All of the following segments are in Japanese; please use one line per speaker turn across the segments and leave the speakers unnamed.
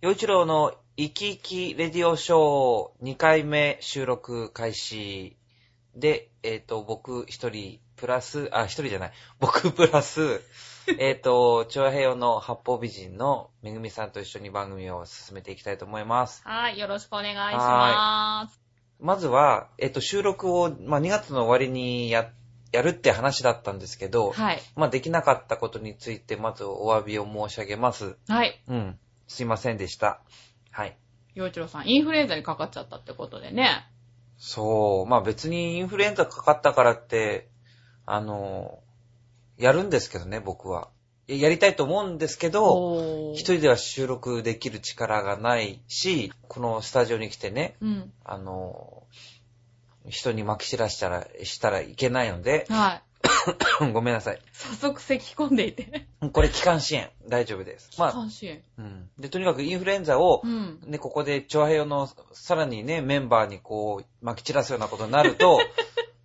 洋一郎の生き生きレディオショー2回目収録開始で、えっ、と、僕一人プラス、あ、一人じゃない、 僕プラ ス、えっと、長平洋の八方美人のめぐみさんと一緒に番組を進めていきたいと思います。
はい、よろしくお願いします。
まずは、えっ、と、収録を、まあ、2月の終わりにや、やるって話だったんですけど、
はい。
まあ、できなかったことについて、まずお詫びを申し上げます。
はい。
うん。すいませんでした。はい。
洋一郎さん、インフルエンザにかかっちゃったってことでね。
そう、まあ別にインフルエンザかかったからって、あの、やるんですけどね、僕は。ややりたいと思うんですけど、
おー
一人では収録できる力がないし、このスタジオに来てね、
うん。、
あの、人にまき散らしたら、したらいけないので
はい。
ごめんなさい。
早速咳き込んでいて。
これ、気管支炎。大丈夫です。まあ、
関心。
うん。で、とにかくインフルエンザを
う、ん。
ね、ここで、長平の、さらにね、メンバーにこう、撒き散らすようなことになる と、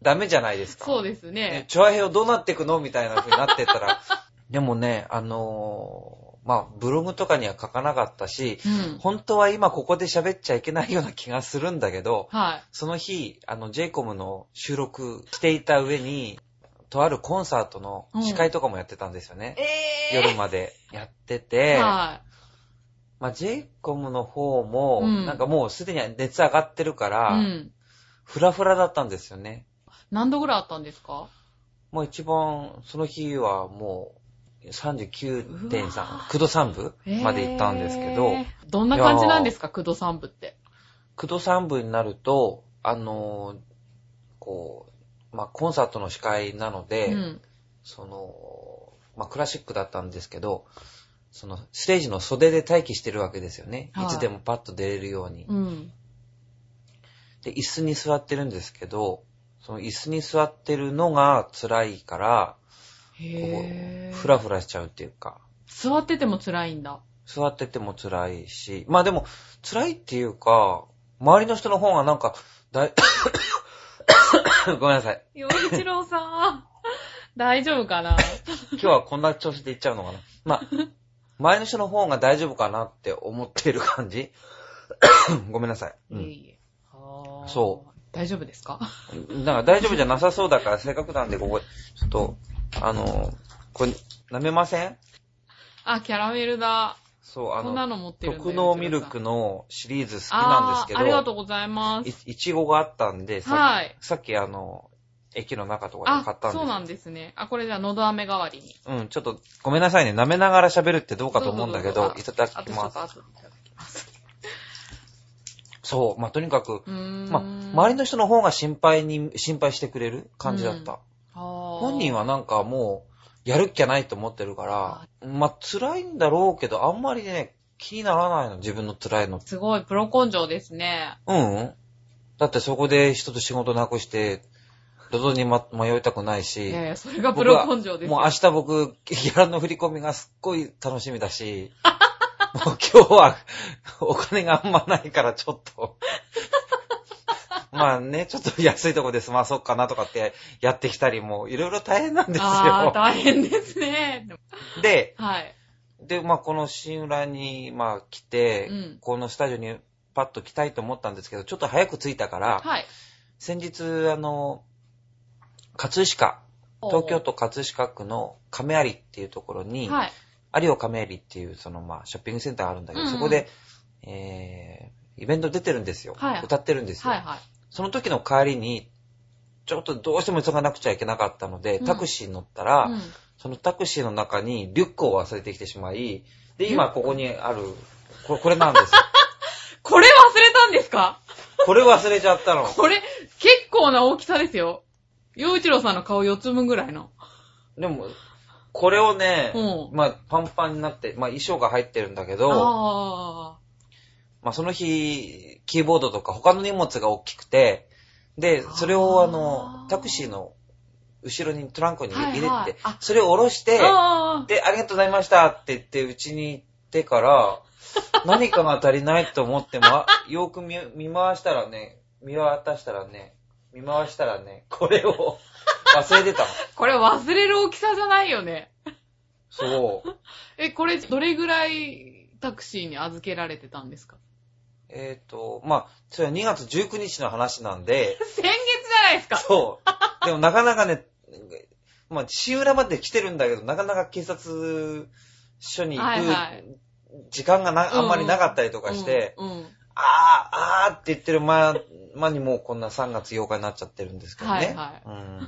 ダメじゃないですか。
そうです
ね
ね。
長平どうなっていくのみたいな風になってった ら、でもね、あのーまあ、ブログとかには書かなかったし、
うん。
本当は今ここで喋っちゃいけないような気がするんだけど、
は
その日、あの、JCOM の収録していた上に、とあるコンサートの司会とかもやってたんですよね
い。。え
夜までやってて、
は
まあ、JCOM の方も、
うん
なんかもうすでに熱上がってるか
い。う
ら、
ん。
フラフラだったんですよね。
何度ぐらいあったんですか
もう一番、その日はもう39.3
うわ、
9度3部まで行ったんですけど、
えーどんな感じなんですか、工藤三部って。
9度3部になると、あのーこう、まあ、コンサートの司会なので、
うん。
その、まあ、クラシックだったんですけど、その、ステージの袖で待機してるわけですよね。
はい
いつでもパッと出れるように。
うん。
で、椅子に座ってるんですけど、その椅子に座ってるのが辛いから、
へぇ
ふらふらしちゃうっていうか、
座ってても辛いんだ。
座ってても辛いし、まあでも、辛いっていうか、周りの人の方がなんか、だい、 ごめんなさい。
洋一郎さん、 大丈夫かな
今日はこんな調子でいっちゃうのかな。まあ、周りの人の方が大丈夫かなって思ってる感じ。 ごめんなさい。う
いえ
ん。
いえ。あー
そ
大丈夫ですか
だから大丈夫じゃなさそうだから、せっかくなんでここ、ちょっと、あの、これ、舐めません
あ、キャラメルだ。
そう、あ
こんな
の、
の持ってるんだ
特納ミルクのシリーズ好きなんですけ
あーありが
ど、
とうございます。
いいちごがあったんで、さっき、
はい
さっきあの、駅の中とかで買
あ
ったん、です
そうなんですね。あ、これじゃあ、のど飴代わりに。
うん、ちょっとごめんなさいね。舐めながら喋るってどうかと思うんだけど、
う
い
ぞ
ただ
う
き
ぞあ
ま
とち
す
ょ。っと後でいただきます。
そう、まあ、とにかく
う、ーん。
まあ、周りの人の方が心配に、心配してくれる感じだった。本
本
人はなんかもう、やるっきゃないと思ってるから、まあ、辛いんだろうけど、あんまりね、気にならないの、自分の辛いの。
すごい、プロ根性ですね。
うん、うん、だってそこで人と仕事なくして、路頭に、ま、迷いたくない
い
し、
やいや、それがプロ根性です
もう
よ。
明日僕、ギャラの振り込みがすっごい楽しみだ し、もう今日はお金があんまないからちょっと、まあね、ちょっと安いとこで済まそうかなとかってやってきたりも、いろいろ大変なんです
あー、
よ。
大変ですね。でも
で、
はい。
で、まあこの新浦に、まあ来て、
うん
このスタジオにパッと来たいと思ったんですけど、ちょっと早く着いたから、
はい。
先日、あの、葛飾、東京都葛飾区の亀有っていうところに、
はい。
有岡メリっていう、そのまあ、ショッピングセンターがあるんだけど、
うんうん
そこで、えー、イベント出てるんですよ。
はい
歌ってるんですよ、
はいはい。
その時の帰りに、ちょっとどうしても急がなくちゃいけなかったので、
うん
タクシーに乗ったら、
うん
そのタクシーの中にリュックを忘れてきてしまい、で、今ここにある、これこれなんです よ。
これ忘れたんですか
これ忘れちゃったの。
これ、結構な大きさですよ。洋一郎さんの顔4つ分ぐらいの。
でも、これをね、
うん
まあ、パンパンになって、まあ、衣装が入ってるんだけど、
あ
まあ、その日、キーボードとか他の荷物が大きくて、で、それをあの
あ、ー
タクシーの後ろにトランクに入れて、
はいはいあ
それを下ろして
ー。、あー。
で、ありがとうございましたって言って、うちに行って から、何かが足りないと思っても、あよーく見見回したらね、見渡したらね、見回したらね、これを忘れてたの。
これ忘れる大きさじゃないよね。
そう。
え、これどれぐらいタクシーに預けられてたんですか
えっ、と、まあ、それは2月19日の話なんで、
先月じゃないですか
そう。でもなかなかね、まあ、新浦まで来てるんだけど、なかなか警察署に行
はいは
く
い。
時間がな、あんまりなかったりと
と
かして、
うん。うん
あー、あーって言ってる間間にもうこんな3月8日になっちゃってるんですけどね。
はいはい
うん。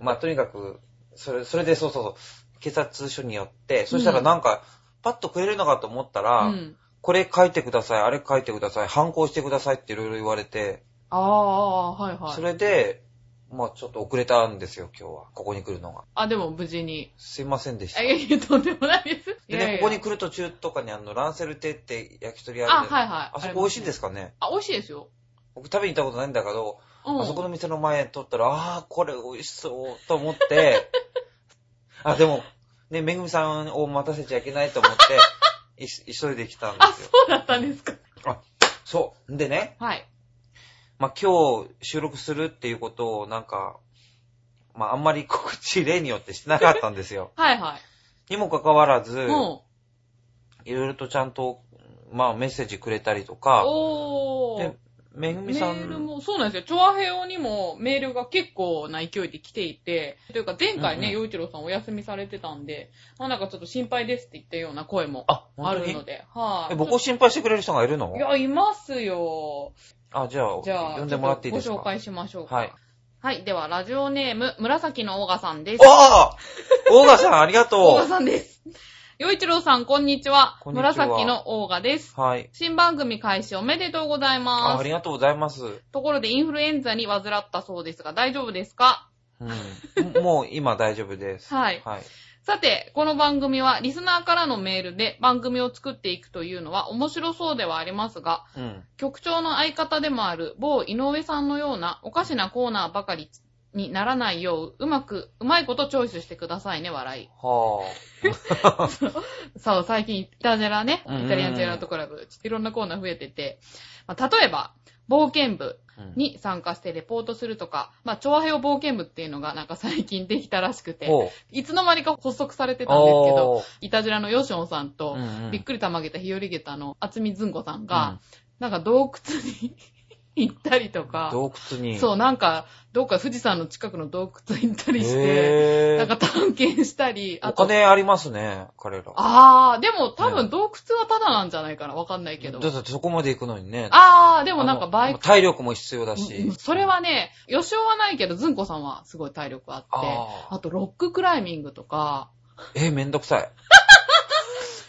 まあ、とにかく、それ、それでそうそうそう、警察署によって、そしたらなんか、パッとくれるのかと思ったら、
うん。
これ書いてください、あれ書いてください、反抗してくださいっていろいろ言われて、
ああ、はいは
そ
い。
れで、まあちょっと遅れたんですよ、今日は。ここに来るのが。
あ、でも無事に。
すいませんでした。
あいやいや、とんでもないです。い
で
やい
ね、
や
ここに来る途中とかにあの、ランセル亭って焼き鳥
あ、
あ
は
る
い
で、
はい。。
あそこ美味しいんですすかね
あ、美味しいですよ。
僕食べに行ったことないんだけど、
うん。
あそこの店の前通ったら、ああ、これ美味しそうと思っ て、あ、でも、ね、めぐみさんを待たせちゃいけないと思って、い急いできたんで
あ、
す
そ
よ。
うだったんですか。
そう。んでね、
はい。。
まあ、今日収録するっていうことをなんか、まあ、あんまり告知例によってしてなかったんですよ
はいは
にもかかわらず、
い。
い
うん。
ろいろとちゃんと、まあ、メッセージくれたりとか、
おー
で。めぐみ
メ
さ
ール
ん、
も、そうなんですよ。チョアヘオにもメールが結構な勢いで来ていて、というか前回ね、
うん
洋、一郎さんお休みされてたんで、まあなんかちょっと心配ですって言ったような声も
あ、
あ
本当
るの
に
で、はい、
え、僕を心配してくれる人がいるの
いや、いますよ。
あ、じゃあ、
じゃあ、
呼んでもらっていいです
ちょ
か
っとご紹介しましょうか。
はい。
はい、では、ラジオネーム、紫のオーガさんです。
ああオーガさん、ありが
オー
と
ガさんです。洋一郎さん、こんにちは。
こんにちは
紫のオーガです。
う。はい。
新番組開始おめでとうござい
あ
ま
あ
す
り。がとうございます。う
ところで、インフルエンザに患ったそうですが、大丈夫ですか
ん。もう今大丈夫です。
はい
はい。
さて、この番組はリスナーからのメールで番組を作っていくというのは面白そうではありますが、
うん。
局長の相方でもある某井上さんのようなおかしなコーナーばかりにならないよう、うまく、うまいことチョイスしてくださいね、笑い。
はあ。
さあ、最近、イタジェラね、
うん
イタリアンジェラートクラブ、いろんなコーナー増えてて、まあ例えば、冒険部
うん
に参加してレポートするとか、まあ、調和平和冒険部っていうのがなんか最近できたらしくて、
ほう
いつの間にか発足されてたんですけど、
おー
イタジラのヨシオンさんと、
うんうん
びっくりたまげた日和げたの厚みずんごさんが、なんか洞窟に行ったりと
うん
か、
洞窟に。
そう、なんか、どっか富士山の近くの洞窟行ったりして、
へー
なんか探検したり、
お
と、
金ありますね、彼ら。
あー、でも多
ね
分洞窟はタダなんじゃないかな、わかんないけど。
だってそこまで行くのにね。
あー、で
で
もなんかバイク、
体力も必要だ
うん
し。
それはね、ヨシオはないけど、ずんこさんはすごい体力あって、
あー
あとロッククライミングとか、
え、めんどくさい。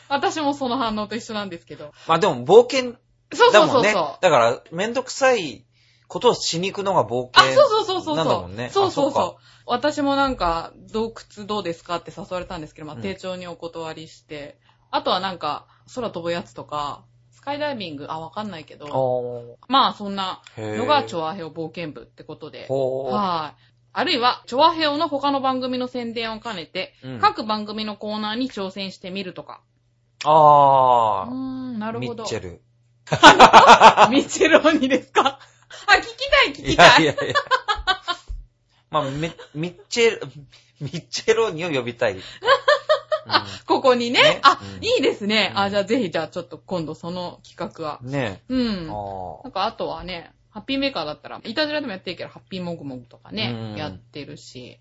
私もその反応と一緒なんですけど。
まあでも冒険
そうそ
だ
うそ
も
うん
ね。
そう。
だから、めんどくさいことをしに行くのが冒
あ、
険。
そうそうそうそうそう。
なんだもんね
そうそう
あそ
そう。私もなんか、洞窟どうですかって誘われたんですけど、まあ、
うん
丁重にお断りして、あとはなんか、空飛ぶやつとか、スカイダイビング、あ、わかんないけど、まあ、そん
あ
な
ーへー
のが、チョアヘオ冒険部ってことで、
ほー
はい。あるいは、チョアヘオの他の番組の宣伝を兼ねて、
うん
各番組のコーナーに挑戦してみるとか。うー
あ
ん、な
あ。
る
ミ
ほ
ッ
ど。
チェ
ル。
ル。
ミッチェル鬼ですかあ、聞きたい、聞
い
きた
や
い。
いやいや。 まあ、ミミッチェル、 ミッチェローニを呼び たい。うん
ここにね。
ね
あ、
うん
いいですね。
う
あ、
ん
じゃあぜひ、じゃあちょっと今度その企画は。
ね
う
え。
ん。
あー
なんかあとはね、ハッピーメーカーだったら、イタジラでもやってるけど、ハッピーモグモグとかね
う、ん
やってるし、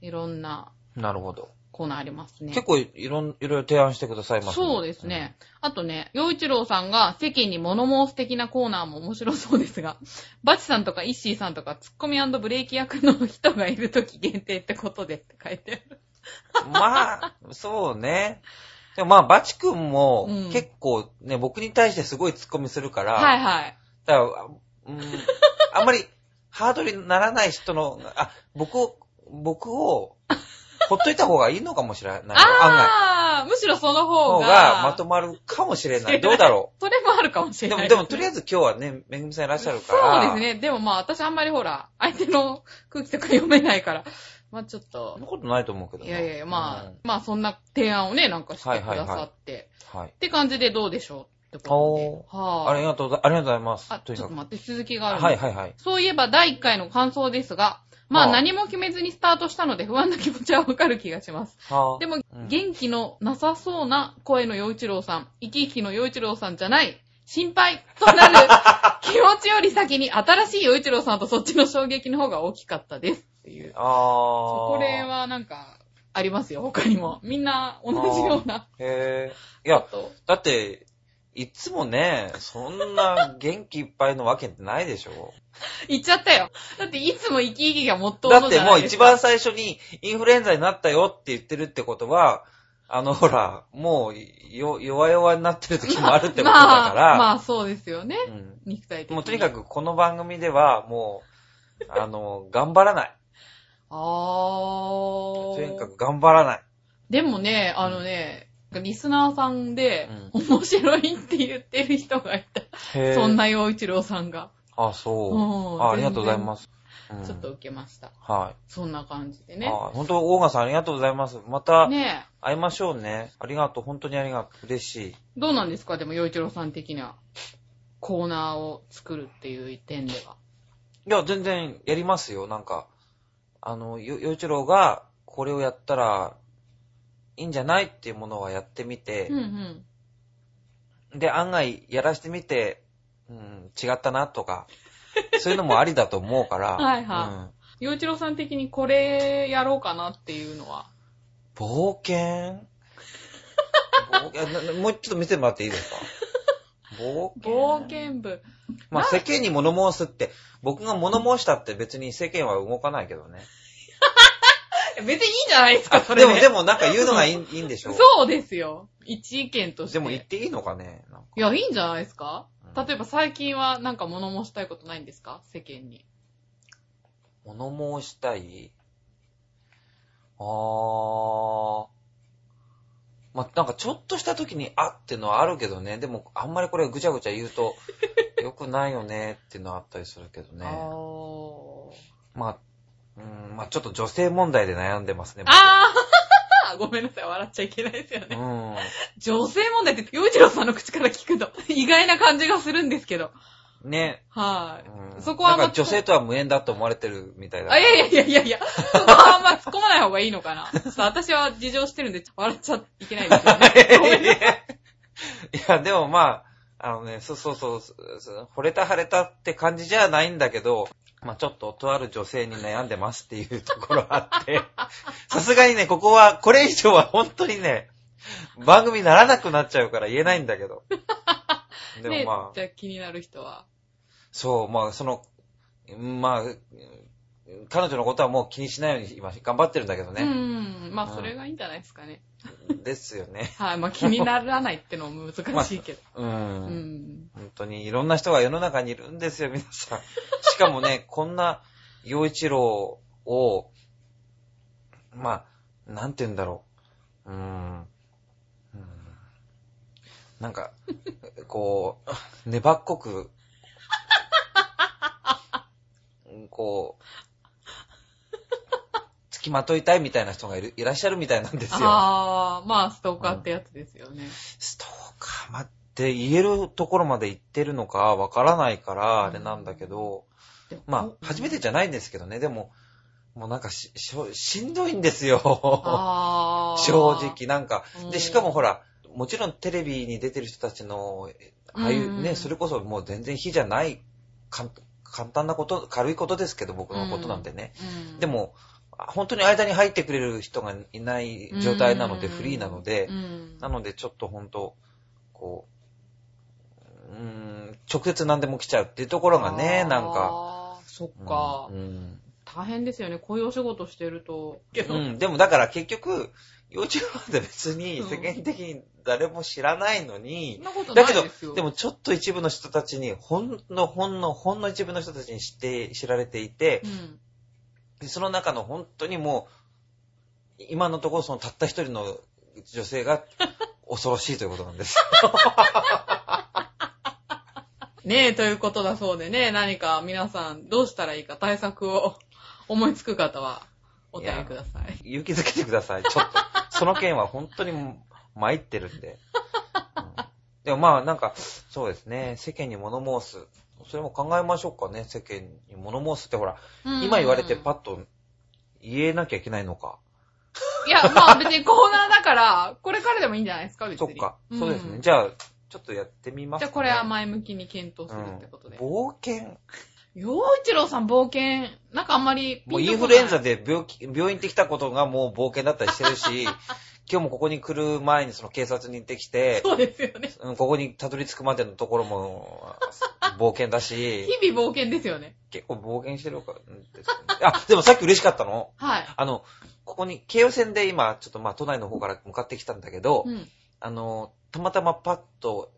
いろんな
なるほど。
コーナーありますね。
結構いろん、いろいろ提案してくださいます
そうですね。。あとね、洋一郎さんが世間に物申す的なコーナーも面白そうですが、 バチさんとかイッシーさんとかツッコミブレーキ役の人がいるとき限定ってことでって書いてある。
うんまあ、そうね。でもまあ、バチ君も
うん
結構ね、僕に対してすごいツッコミするから、
はいはい。
だから、うん、あんまりハードルにならない人の、あ、僕を、僕を、ほっといた方がいいのかもしれない。案外。
あー、むしろその方
方
が。
がまとまるかもしれない。どうだろ
それもあるかもし
う。
れ
で
な
も、
い。
でも、とりあえず今日はね、めぐみさんいらっしゃるから。
そうですね。でもまあ、私あんまりほら、相手の空気とか読めないから、 まあちょっ
そ
と
んな、ことないと思うけど
い
な。
やいやいや、まあ、
うん
まあそんな提案をね、なんかしてくださって、
はい。
って感じでどうでしょうってことで。は
ありがとうござ、ありがとうございます
あ。。
とに
ちょ
か
っと
く。
待って、続きがあるんで
はいはいはい。
そういえば第1回の感想ですが、ま
は
あ
あ
何も決めずにスタートしたので不安な気持ちはわかる気がします。
はあ、
でも
うん、
元気のなさそうな声の陽一郎さん、生き生きの陽一郎さんじゃない、心配と なる気持ちより先に新しい陽一郎さんとそっちの衝撃の方が大きかったですっていう。
ああ。
これ。はなんか、ありますよ、他にも。みんな同じような。
へえ。いや、
と
だって、いつもね、そん な元気いっぱいのわけないでしょ。
言っちゃったよ。だっていつも生き生きがもっとも
だってもう
です
一
か
番最初にインフルエンザになったよって言ってるってことは、あのほら、もうよ弱々になってる時もあるってことだか
まあ、
ら、
まあそうですよね。
うん
肉体的
もうとにかく
く。
この番組ではもう、あの、頑張らない。
あー。
とにかく頑張らない。
でもね、あのね、リスナーさんで、面白いって言ってる人がいた。
へえ
そん。な陽一郎さんが。
あ、
う
そう。
ん
あありがとうございます。うん
ちょっと受けました。
は
そんな感じで
い。
ね。
あ本当、オーガさんありがとうございます。また、
ねえ。
会いましょうね。ありがとう。本当にありがとう。嬉しい。
どうなんですかでも、陽一郎さん的には。コーナーを作るっていう点では。
いや、全然やりますよ。なんか、あの、よ、よいちろうが、これをやったら、いいんじゃないっていうものはやってみて
うん、うん。
で、案外やらしてみて、うん、違ったなとか、そういうのもありだと思うから、
はいは陽一郎さん的にこれやろうかなっていうのは。
うん、冒 険冒険ななもうちょっと見せてもらっていい ですか冒険
冒険部。
まあ世間に物申すって、僕が物申したって別に世間は動かないけどね。
え別にいいんじゃないですかそれ
でも、で
も。
もなんか言うのが いいいいんでしょ
そうですよ。一意見として。
でも言っていいのかねなんか
いや、いいんじゃないですか
うん
例えば最近はなんか物申したいことないんですか世間に。
物申したいあー。まあ、なんかちょっとした時に、あってのはあるけどね。でも、あんまりこれぐちゃぐちゃ言う と、良くないよねっていうのはあったりするけどね
あ。ー
まあ、うん、まあちょっと女性問題で悩んでますね。
あー ごめんなさい、笑っちゃいけないですよ
僕
ね。
うん。
女性問題って、洋一郎さんの口から聞くと、意外な感じがするんですけど。
ね。
は
う
い。
ん、
そこはあんま
なんか女性とは無縁だと思われてるみたいだ
あ、いやいや いやいやいや、そこはあんま突っ込まない方がいいのかな。ちょっと私は事情してるんで、笑っちゃいけないですよね。ごめんなさい。
いや、でもまあ、あのね、そうそうそうそう、惚れた腫れたって感じじゃないんだけど、まあちょっととある女性に悩んでますっていうところあ って、さすがにね、ここは、これ以上は本当にね、番組ならなくなっちゃうから言えないんだけど。 で
ね
もまあ、
じゃあ気になる人は。
そう、まあその、まあ、彼女のことはもう気にしないように今頑張ってるんだけど
う
ね。
ん。ま
う
あ、
ん
それがいいんじゃないですかね。
ですよね。
はい。まあ、気にならないってのも難しいけど。
う。
うんん。
本当にいろんな人が世の中にいるんですよ、皆さん。しかもね、こんな陽一郎を、まあ、なんて言うんだろう。うーん。うーんなんか、こう、粘っこく、こう、付きまといたいみたいな人がいるいらっしゃるみたいなんですよ。
ああ、まあ、ストーカーってやつですよね。
ストーカーまで言えるところまで行ってるのかわからないから、あれなんだけど、まあ、初めてじゃないんですけどね、でも、もうなんかし、しょしんどいんですよ。
ああ。
正。直、なんか
う。ん
で、しかもほら、もちろんテレビに出てる人たちの、えああいう
う
ね、
ん
それこそもう全然非じゃない、かん簡単なこと、軽いことですけど、僕のことなんてね。
うん
で、も、あ本当に間に入ってくれる人がいない状態なので、
うん
フリーなので
う、ん。
なのでちょっとほんと、こう、うーん、直接何でも来ちゃうっていうところがね、なんか。
あー。そっか
う。ん。
大変ですよね。こういうお仕事してると。け
う
ど、
ん、でもだから結局、幼稚園で別に
うん
世間的に誰も知らないのに
そん、なこと
だ
な
け
い
ど
ですよ。、
で、もちょっと一部の人たちに、ほんの、ほんの、ほんの一部の人たちに知って、知られていて
う、ん。
でその中の本当にもう、今のところそのたった一人の女性が恐ろしいということなんです。
ねえ、ということだそうでね、何か皆さんどうしたらいいか対策を思いつく方はお便りください。
勇気づけてください、ちょっと。 その件は本当に参ってるんで。うんでもまあなんか、そうですね、世間に物申す。それも考えましょうかね、世間に物申すってほら、
うん
今言われてパッと言えなきゃいけないのか。
いや、まあ別にコーナーだから、これからでもいいんじゃないですか、別
そ
に。
っか、
ん
そうですね。じゃあ、ちょっとやってみます
じ
か、
ゃあ
ね。
これは前向きに検討するってことで。
うん冒険。
洋一郎さん冒険、なんかあんまり
もう
ピ
イ
と
ン
こ
フ
ない
ルエンザで病気病院って来たことがもう冒険だったりしてるし、 今日もここに来る前にその警察に行ってきて、
そうですよね。
うんここにたどり着くまでのところも 冒険だし、
日々冒険ですよね。
結構冒険してるからですよね、あ、でもさっき嬉しかったの。
はい。
あの、ここに、京王線で今、ちょっとまあ都内の方から向かってきたんだけど、
うん。
あの、たまたまパッと、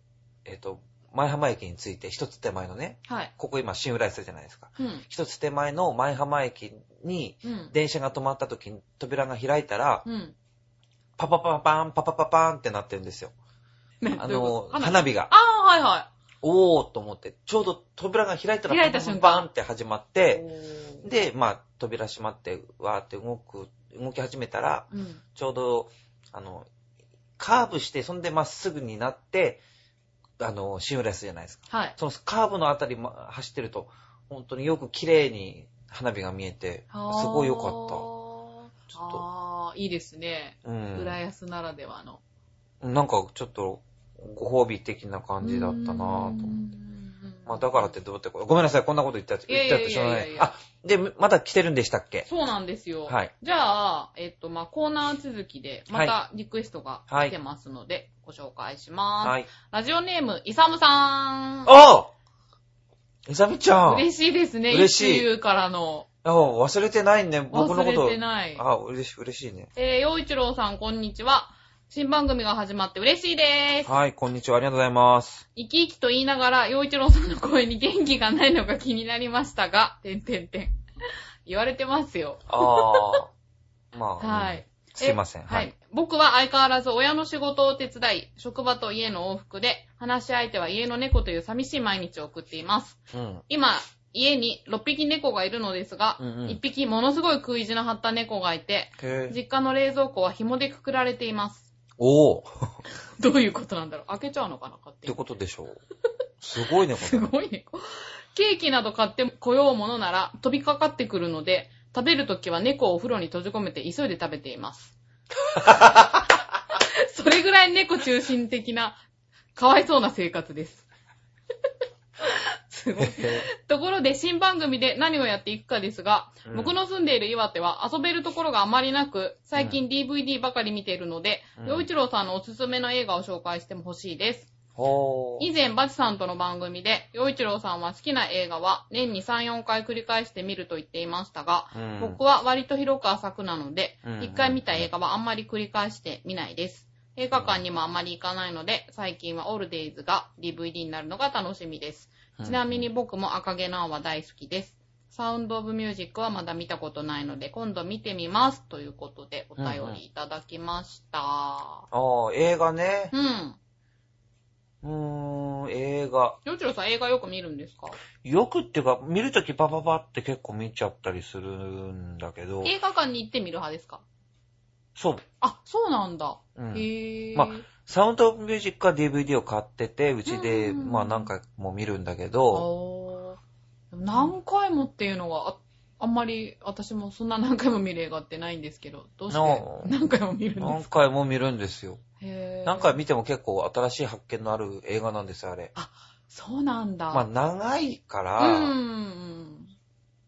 えっ、と、前浜駅に着いて、一つ手前のね、
はい。
ここ今新浦安じゃないですか。
うん。
一つ手前の前浜駅に、
うん。
電車が止まった時に扉が開いたら、
うん。
パパパパーン、パパパパーンってなってるんですよ。
ね
あ
どういうこ
の、
と
花火が。
ああ、はいは
おーっと思って、ちょうど扉が開いたら、
開いた瞬間
パパパパーンって始まっ
い。
て、
おー
で、まあ、扉閉まって、わーって動く、動き始めたら、
うん。
ちょうど、あの、カーブして、そんでまっすぐになって、あの、シングレスじゃないですか。
はい。
そのカーブのあたりま走ってると、本当によく綺麗に花火が見えて、すごい良かっち
た
ょっと
ああ、いいですね。
た。うん。
浦安ならではの。
なんかちょっとご褒美的な感じだったなぁと
うー
思って。
ん
まあだからってどうってことごめんなさい、こんなこと言ったやつ、
いや
言っ
い
ちゃってしょう
やい
がな
やい
い。
や。
あ、で、まだ来てるんでしたっけ
そうなんですよ。
はい。
じゃあ、えっと、まあ、コーナー続きで、またリクエストが来てますので、ご紹介します。
はい。
ラジオネーム、イサムさん。
おうさみちゃん。
嬉しいですね。
嬉しい
一周からの。
あ忘れてないね、僕の
忘
こ
れ
と
て。ない。
あ、嬉しい、嬉しいね。
えー、洋一郎さん、こんにちは。新番組が始まって嬉しいです。
はい、こんにちは、ありがとうございます。
生き生きと言いながら、洋一郎さんの声に元気がないのが気になりましたが、てんてんてん。言われてますよ。
あ ー。まあ、
は
うん
い。
すいません。
え
は
はいい。。僕は相変わらず親の仕事を手伝い、職場と家の往復で、話し相手は家の猫という寂しい毎日を送っています。
うん。
今、家に6匹猫がいるのですが、
うんうん
1匹ものすごい食い意地の張った猫がいて、
へー
実家の冷蔵庫は紐でくくられています。
おー。
どういうことなんだろう開けちゃうのかな勝
っ
手
て
に。
ことでしょ う。すごいね、こ
す
れ。
ごい猫。ケーキなど買ってこようものなら飛びかかってくるので、食べるときは猫をお風呂に閉じ込めて急いで食べてい ます。それぐらい猫中心的な、かわいそうな生活です。すごい。ところで新番組で何をやっていくかですが、
うん
僕の住んでいる岩手は遊べるところがあまりなく、最近 DVD ばかり見ているので
う、ん
洋、一郎さんのおすすめの映画を紹介しても欲しいです。
ほー。
以前、バチさんとの番組で、洋一郎さんは好きな映画は年に3、4回繰り返して見ると言っていましたが、
うん
僕は割と広く浅くなので、
うん
1回見た映画はあんまり繰り返して見ないです。映画館にもあんまり行かないので、最近はオールデイズが DVD になるのが楽しみです。ちなみに僕も赤毛のアンは大好きです。サウンドオブミュージックはまだ見たことないので、今度見てみます。ということで、お便りいただきました。
ああ、映画ね。
うん。
うーん、映画。
洋一郎さん映画よく見るんですか
よくっていうか、見るときパパパって結構見ちゃったりするんだけど、
映画館に行ってみる派ですか
そう。
あ、そうなんだ。
うん
へぇー。
まあサウンドオブミュージックは DVD を買ってて、うちで、
うん
まあ何回も見るんだけど、
おー何回もっていうのがあ、あんまり私もそんな何回も見る映画ってないんですけど、どう
な
して何回も見るんで
何
すか
回も見るんですよ。
へぇー。
何回見ても結構新しい発見のある映画なんですよ、あれ。
そうなんだ。
まあ長いか
うん
ら、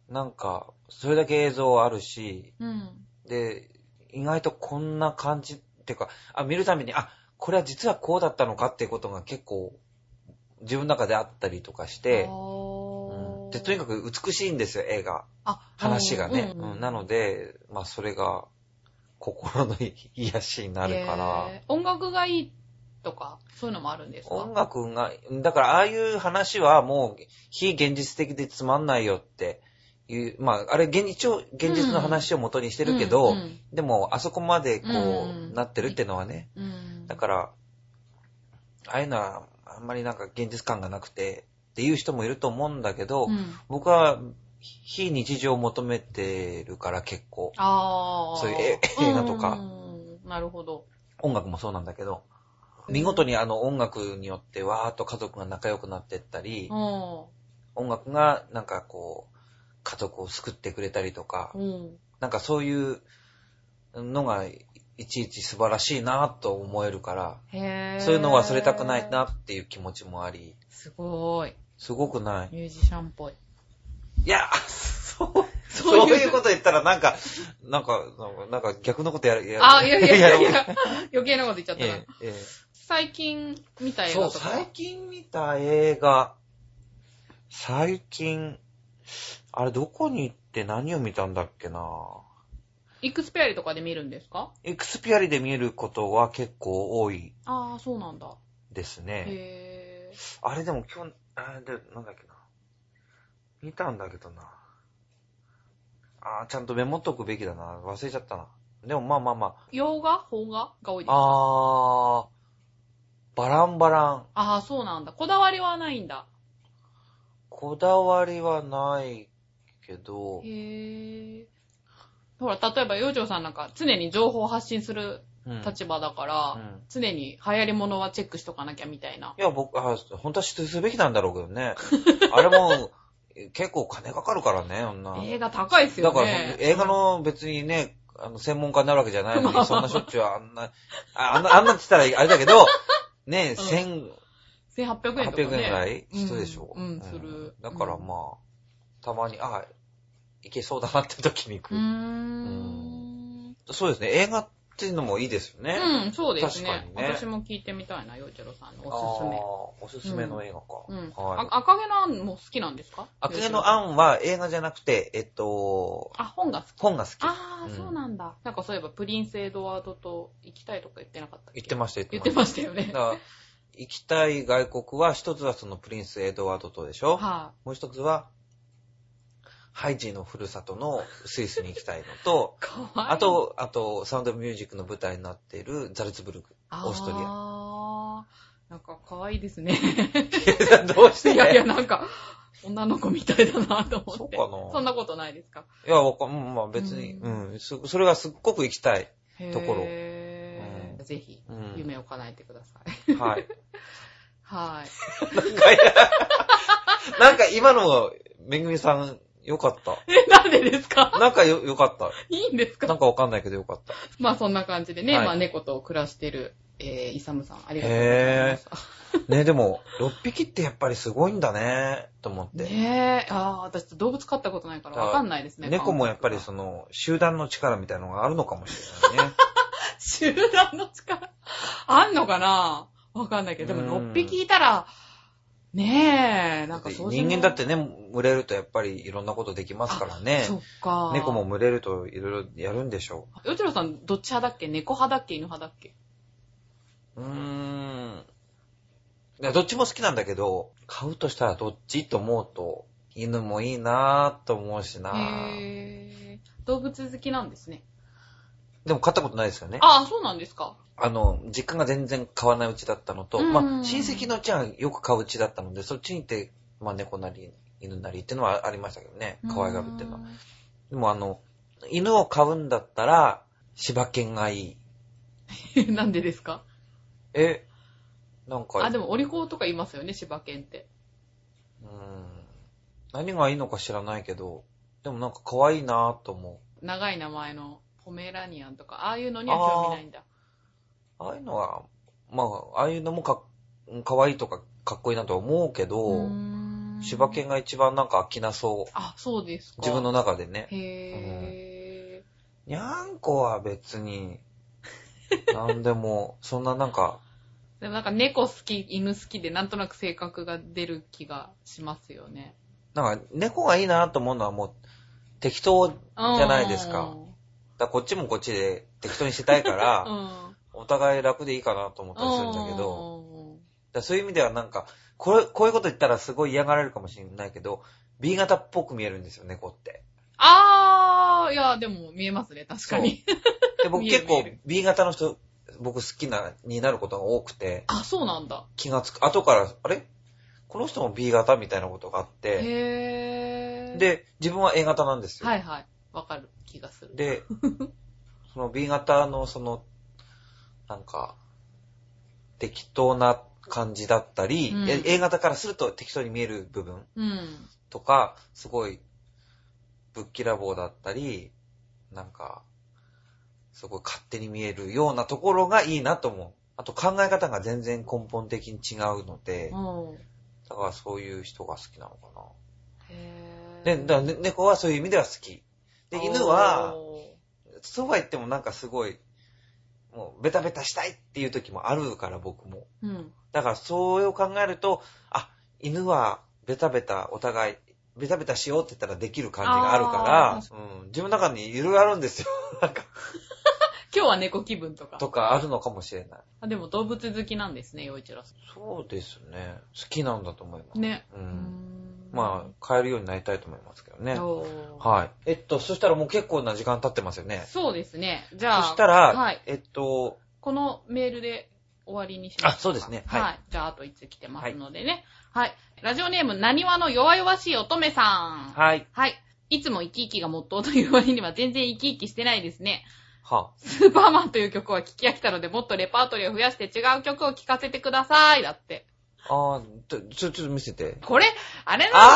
なんか、それだけ映像あるし、
うんうん。うん。
で、意外とこんな感じっていうか、あ、見るために、あ、これは実はこうだったのかっていうことが結構、自分の中であったりとかして、うんで、とにか
く
く美しいんですよ、映画。話がね。うんなので、まあ、それが、心の癒しになるから。
へー音楽がいいとか、そういうのもあるんですか
音楽が、だからああいう話はもう非現実的でつまんないよっていう、まああれ現一応現実の話を元にしてるけど、
うんうん
でもあそこまでこ
うん
うなってるってのはね、
うん
だから、ああいうのはあんまりなんか現実感がなくてっていう人もいると思うんだけど、
うん
僕は非日常を求めてるから結構、
ああ。
そういうえ映画とか
うん。なるほど。
音楽もそうなんだけど、
うん
見事にあの音楽によってわーっと家族が仲良くなってったり、
うん。
音楽がなんかこう、家族を救ってくれたりとか、
うん。
なんかそういうのがいちいち素晴らしいなと思えるから、
へぇ
そういうの忘れたくない。なっていう気持ちもあり、
すごーい。
すごくない。
ミュージシャンっぽい。
いや、 そう、
そ
そ
う
う
いう
いうこと言ったらなんか、なんか、なんか逆のことや る、やる
あ、いやいやいやい
ろう
や、余計なこと言っちゃった
え
な。
ええ
最近見た
え、
映
そ
画
う、
とか。
最近見た映画、最近、あれどこに行って何を見たんだっけな
イクスペアリとかで見るんですか
エクスピアリで見えることは結構多い
ああ、そうなんだ。
ですね。
へぇ
あれでも今日、あれで、なんだっけな。見たんだけどな。あーちゃんとメモっとくべきだな。忘れちゃったな。でもまあまあまあ、
洋画邦画が多いです。
あ
あ
ー、バランバラン。
あー、そうなんだ。こだわりはないんだ。
こだわりはないけど、
へぇほら、例えば、洋長さんなんか常に情報を発信する
うん
立場だから、
うん
常に流行り物はチェックしとかなきゃみたいな。
いや、僕、あ本当は出すべきなんだろうけどね。 あれも、結構金かかるからね、女。
映画高いですよ
だ
ね。
から、映画の別にね、あの、専門家になるわけじゃないのに、そんなしょっちゅうあんな、ああんな、あんなって言ったらあれだけど、 ね、
うん
千
1800
800
円とか、ね。
円ぐらい
うん
人でしょ。
うんする
だからまあ、たまに、あ、いけそうだなって時に行
う
く
ー。ん。
そうですね。映画っていうのもいいですよね。
うん、そうですね。
確かにね
私も聞いてみたいな、洋一郎さんの
あー
おす
お
すめ。
すすめの映画か。
うん。
はい。
あ赤毛のアンも好きなんですか
悪芸の
アン。
案は映画じゃなくて、えっと、
あ、本が好き。
本が好き。
ああ、
うん
そうなんだ。なんかそういえば、プリンス・エドワードと行きたいとか言ってなかったっけ
言ってました、
言ってま
し
したよね
だ。から、行きたい外国は、一つはそのプリンス・エドワードとでしょ
は
もう一つは、ハイジのふるさとのスイスに行きたいのと、
い。かわいい。
あ、と、あと、サウンド・ミュージックの舞台になっているザルツブル ク、オーストリア。
あーなんか可愛いですね。
どうし
い
て
やいや、なんか、女の子みたいだなと思って。
そうかなん
なことないですか
いや、わかうんまあ別に、
う
うん、すそれがすっごく行きたい。ところ
へー
うん
ぜひ、
うん
夢を叶えてください。
はい。
はい。
なんか今の、めぐみさん、よかった。
え、なんでですか
なんかよ、よか った。
いいんです
な
か
んかわかんないけどよかった。
まあそんな感じでね、
はい
まあ猫と暮らしてる、えー、イサムさん、ありがとうございました。
ねでも、6匹ってやっぱりすごいんだね、と思って。
ねえ、ああ、私動物飼ったことないからわかんないですね。
猫もやっぱりその、集団の力みたいなのがあるのかもしれないね。
集団の力、あんのかなわかんないけど、でも
うん
6匹いたら、ね え、なんかそう
人間だってね、群れるとやっぱりいろんなことできますからね。
そっか。
猫も。群れるといろいろやるんでしょ
よちろさん、どっち派だっけ猫派だっけ犬派だっけ
う。うーん。いやどっちも好きなんだけど、買うとしたらどっちと思うと、犬もいいなぁと思うしなぁ。
へえ。動物好きなんですね。
でも買ったことないですよね。
ああ、そうなんですか。
あの、実家が全然買わないうちだったのと、
うん
まあ、親戚のうちはよく買ううちだったので、そっちに行って、まあ、猫なり、犬なりっていうのはありましたけどね、可愛がるっていうのは。
ん
でも、あの、犬を飼うんだったら、柴犬がいい。
なんでですか
え、なんか、
あ、でも、オリコーとか言いますよね、柴犬って。
うーん、何がいいのか知らないけど、でもなんか可愛いなぁと思う。
長い名前のポメラニアンとか、ああいうのには興味ないんだ。
ああいうのは、まあ、ああいうのもか、可愛いとかかっこいいなとは思うけど、柴犬
が。
が一番なんか飽きなそう。
あ、そうですか。
自分の。中でね。
へぇ
にゃんこは別に、なんでも、そんななんか、
ー。でもなんか猫好き、犬好きで、なんとなく性格が出る気がしますよね。
なんか猫がいいなと思うのはもう適当、だか
じ
ゃないですからこっちもこっちで適当にしてたいか
う
ら、
ん。
お互い楽でいいかなと思ったりするんだけど、
ど。
だからそういう意味ではなんか、これ、こういうこと言ったらすごい嫌がられるかもしれないけど、B 型っぽく見えるんですよ、猫って。
あー、いや、でも見えますね、確かに。
で、僕
見え
結
る
構
見える
B 型の人、僕好きな、になることが多くて、
あ、そうなんだ。
気がつく、後から、あれこの人も B 型みたいなことがあって、
へぇー。、
で、自分は A 型なんですよ。
はいはい。わかる気がする。
で、 その B 型のその、なんか、適当な感じだったり、
うん
え A 型からすると適当に見える部分
うん。
とか、すごい、ぶっきらぼうだったり、なんか、すごい勝手に見えるようなところがいいなと思う。あと考え方が全然根本的に違うので、
おう
だからそういう人が好きなのか
へ
な。ね、だからね猫はそういう意味では好き。で、犬は、
お
そうは言ってもなんかすごい、もうベタベタしたいっていう時もあるから僕も。
ううん。
だからそれを考えると、あ、犬はベタベタお互い、ベタベタしようって言ったらできる感じがある
あ
から、うん、自分の中にいろいろあるんですよ。なんか、
今日は猫気分とか。
とかあるのかもしれない。
あでも動物好きなんですね、洋一郎さ
そうですね。好きなんだと思います。
ん。ね。
う。
うんん
まあ、変えるようになりたいと思いますけどね。
おう
はい。えっと、そしたらもう結構な時間経ってますよね。
そうですね。じゃ
そ
あ、
したら、
はい。
えっと、
このメールで終わりにしますか。
あそうですねはい
じゃあ、あといつ来てますのでね。はい。ラジオネーム、なにわの弱々しい乙女さん。はい。
はい。
い。つも生き生きがモットーという割には全然生き生きしてないですね。
は
スーパーマンという曲は聴き飽きたので、もっとレパートリーを増やして違う曲を聴かせてください。だって。
あ。あーちょ、ちょ、ちょっと見せて。
これ、あれなん
ああ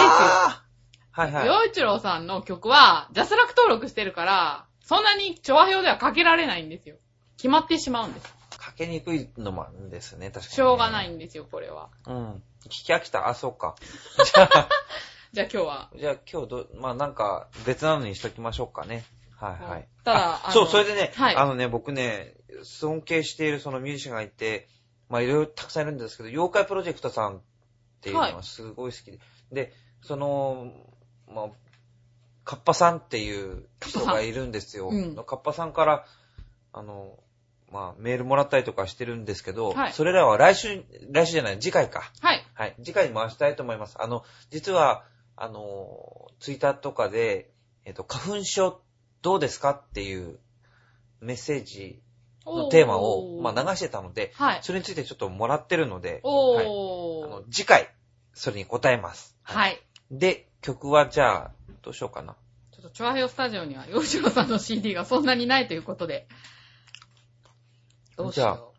はい
です
はい
よ。。洋一郎さんの曲は、ジャスラック登録してるから、そんなに調和表ではかけられないんですよ。決まってしまうんです。
かけにくいのもあるんですね、確かに、
しょうがない。んですよ、これは。
うん。聞き飽きたあ、そうか。じゃあ、
じゃあ今日は。
じゃあ今日ど、まあなんか別なのにしときましょうかね。はいはい。
ただ
あ
あの
そう、それでね、
はい
あのね、僕ね、尊敬しているそのミュージシャンがいて、まあいろいろたくさんいるんですけど、妖怪プロジェクトさんっていうの
は
はすごい好きで、で、その、まあ、カッパさんっていう人がいるんですよ。
カッパさんうん
カッパさんから、あの、まあメールもらったりとかしてるんですけど、
はい
それらは来週、来週じゃない、次回か。
はい。
はい。次回に回したいと思います。あの、実は、あの、ツイッターとかで、えっ、と、花粉症どうですかっていうメッセージのテーマを、まあ、流してたので、
はい。
それについてちょっともらってるので、はい、あ
おー。
の次回、それに答えます。
はい。
で、曲はじゃあ、どうしようかな。
ちょっと、チョアヘオスタジオには、洋一郎さんの CD がそんなにないということで。どうし
じゃあ
よ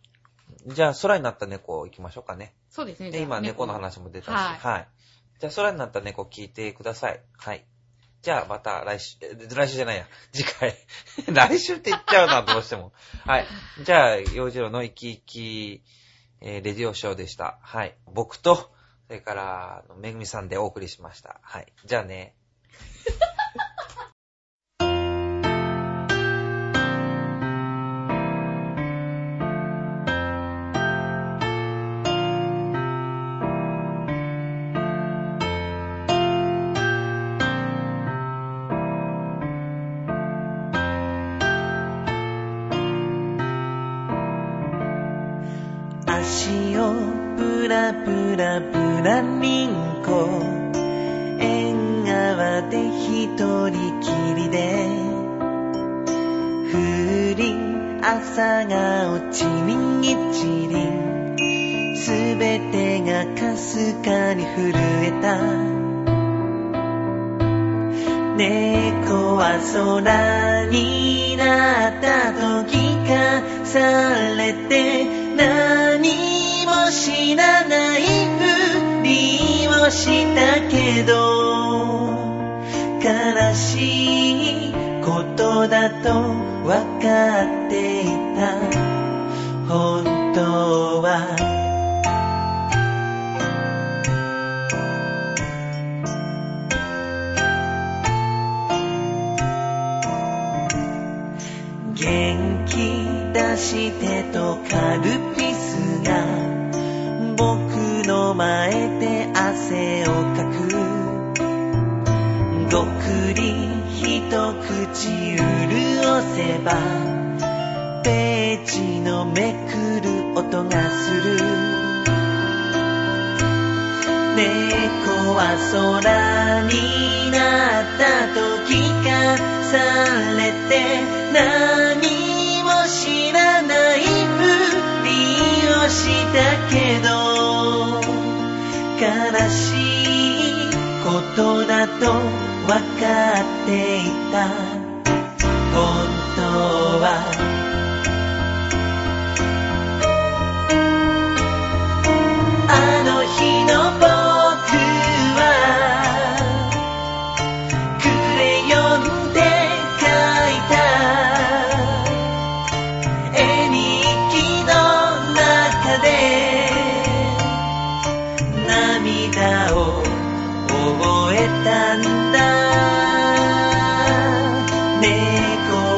う。
じゃあ、空になった猫行きましょうかね。
そうです
ね
ね。じゃあ
今、猫の。話も出たし、
は
はいい、じゃあ、空になった猫聞いてください。はい。じゃあ、また来週、え来週じゃないや、 次回。来週って言っちゃうな、どうして も。はい。じゃあ、洋次郎の生き生き、えーレディオショーでした。はい。僕と、それから、あのめぐみさんでお送りしました。はい。じゃあね。
足をぶらぶらぶらりんこ縁側で一人きりで風鈴朝が落ちりん一輪すべてがかすかに震えた猫は空になったと聞かされて何も知らないふりをしたけど悲しいことだとわかっていた本当は元気出してとカルピスが僕の前で汗をかくごくり一口潤せばページのめくる音がする猫は空になったと聞かされて何も知らないふりをしたけど悲しいことだとわかっていた本当はらを覚えたんだ猫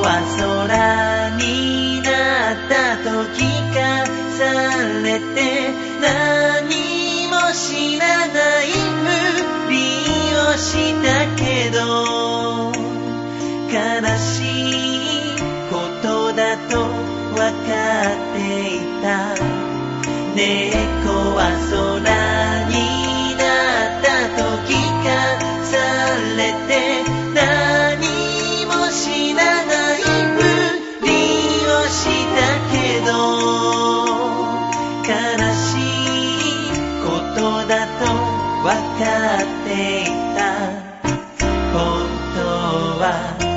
は空になった時かされて何も知らないふりをしたけど悲しいことだと分かっていた「ねこは空になった時かされて」「何も知らないふりをしたけど」「悲しいことだとわかっていた」「本当は」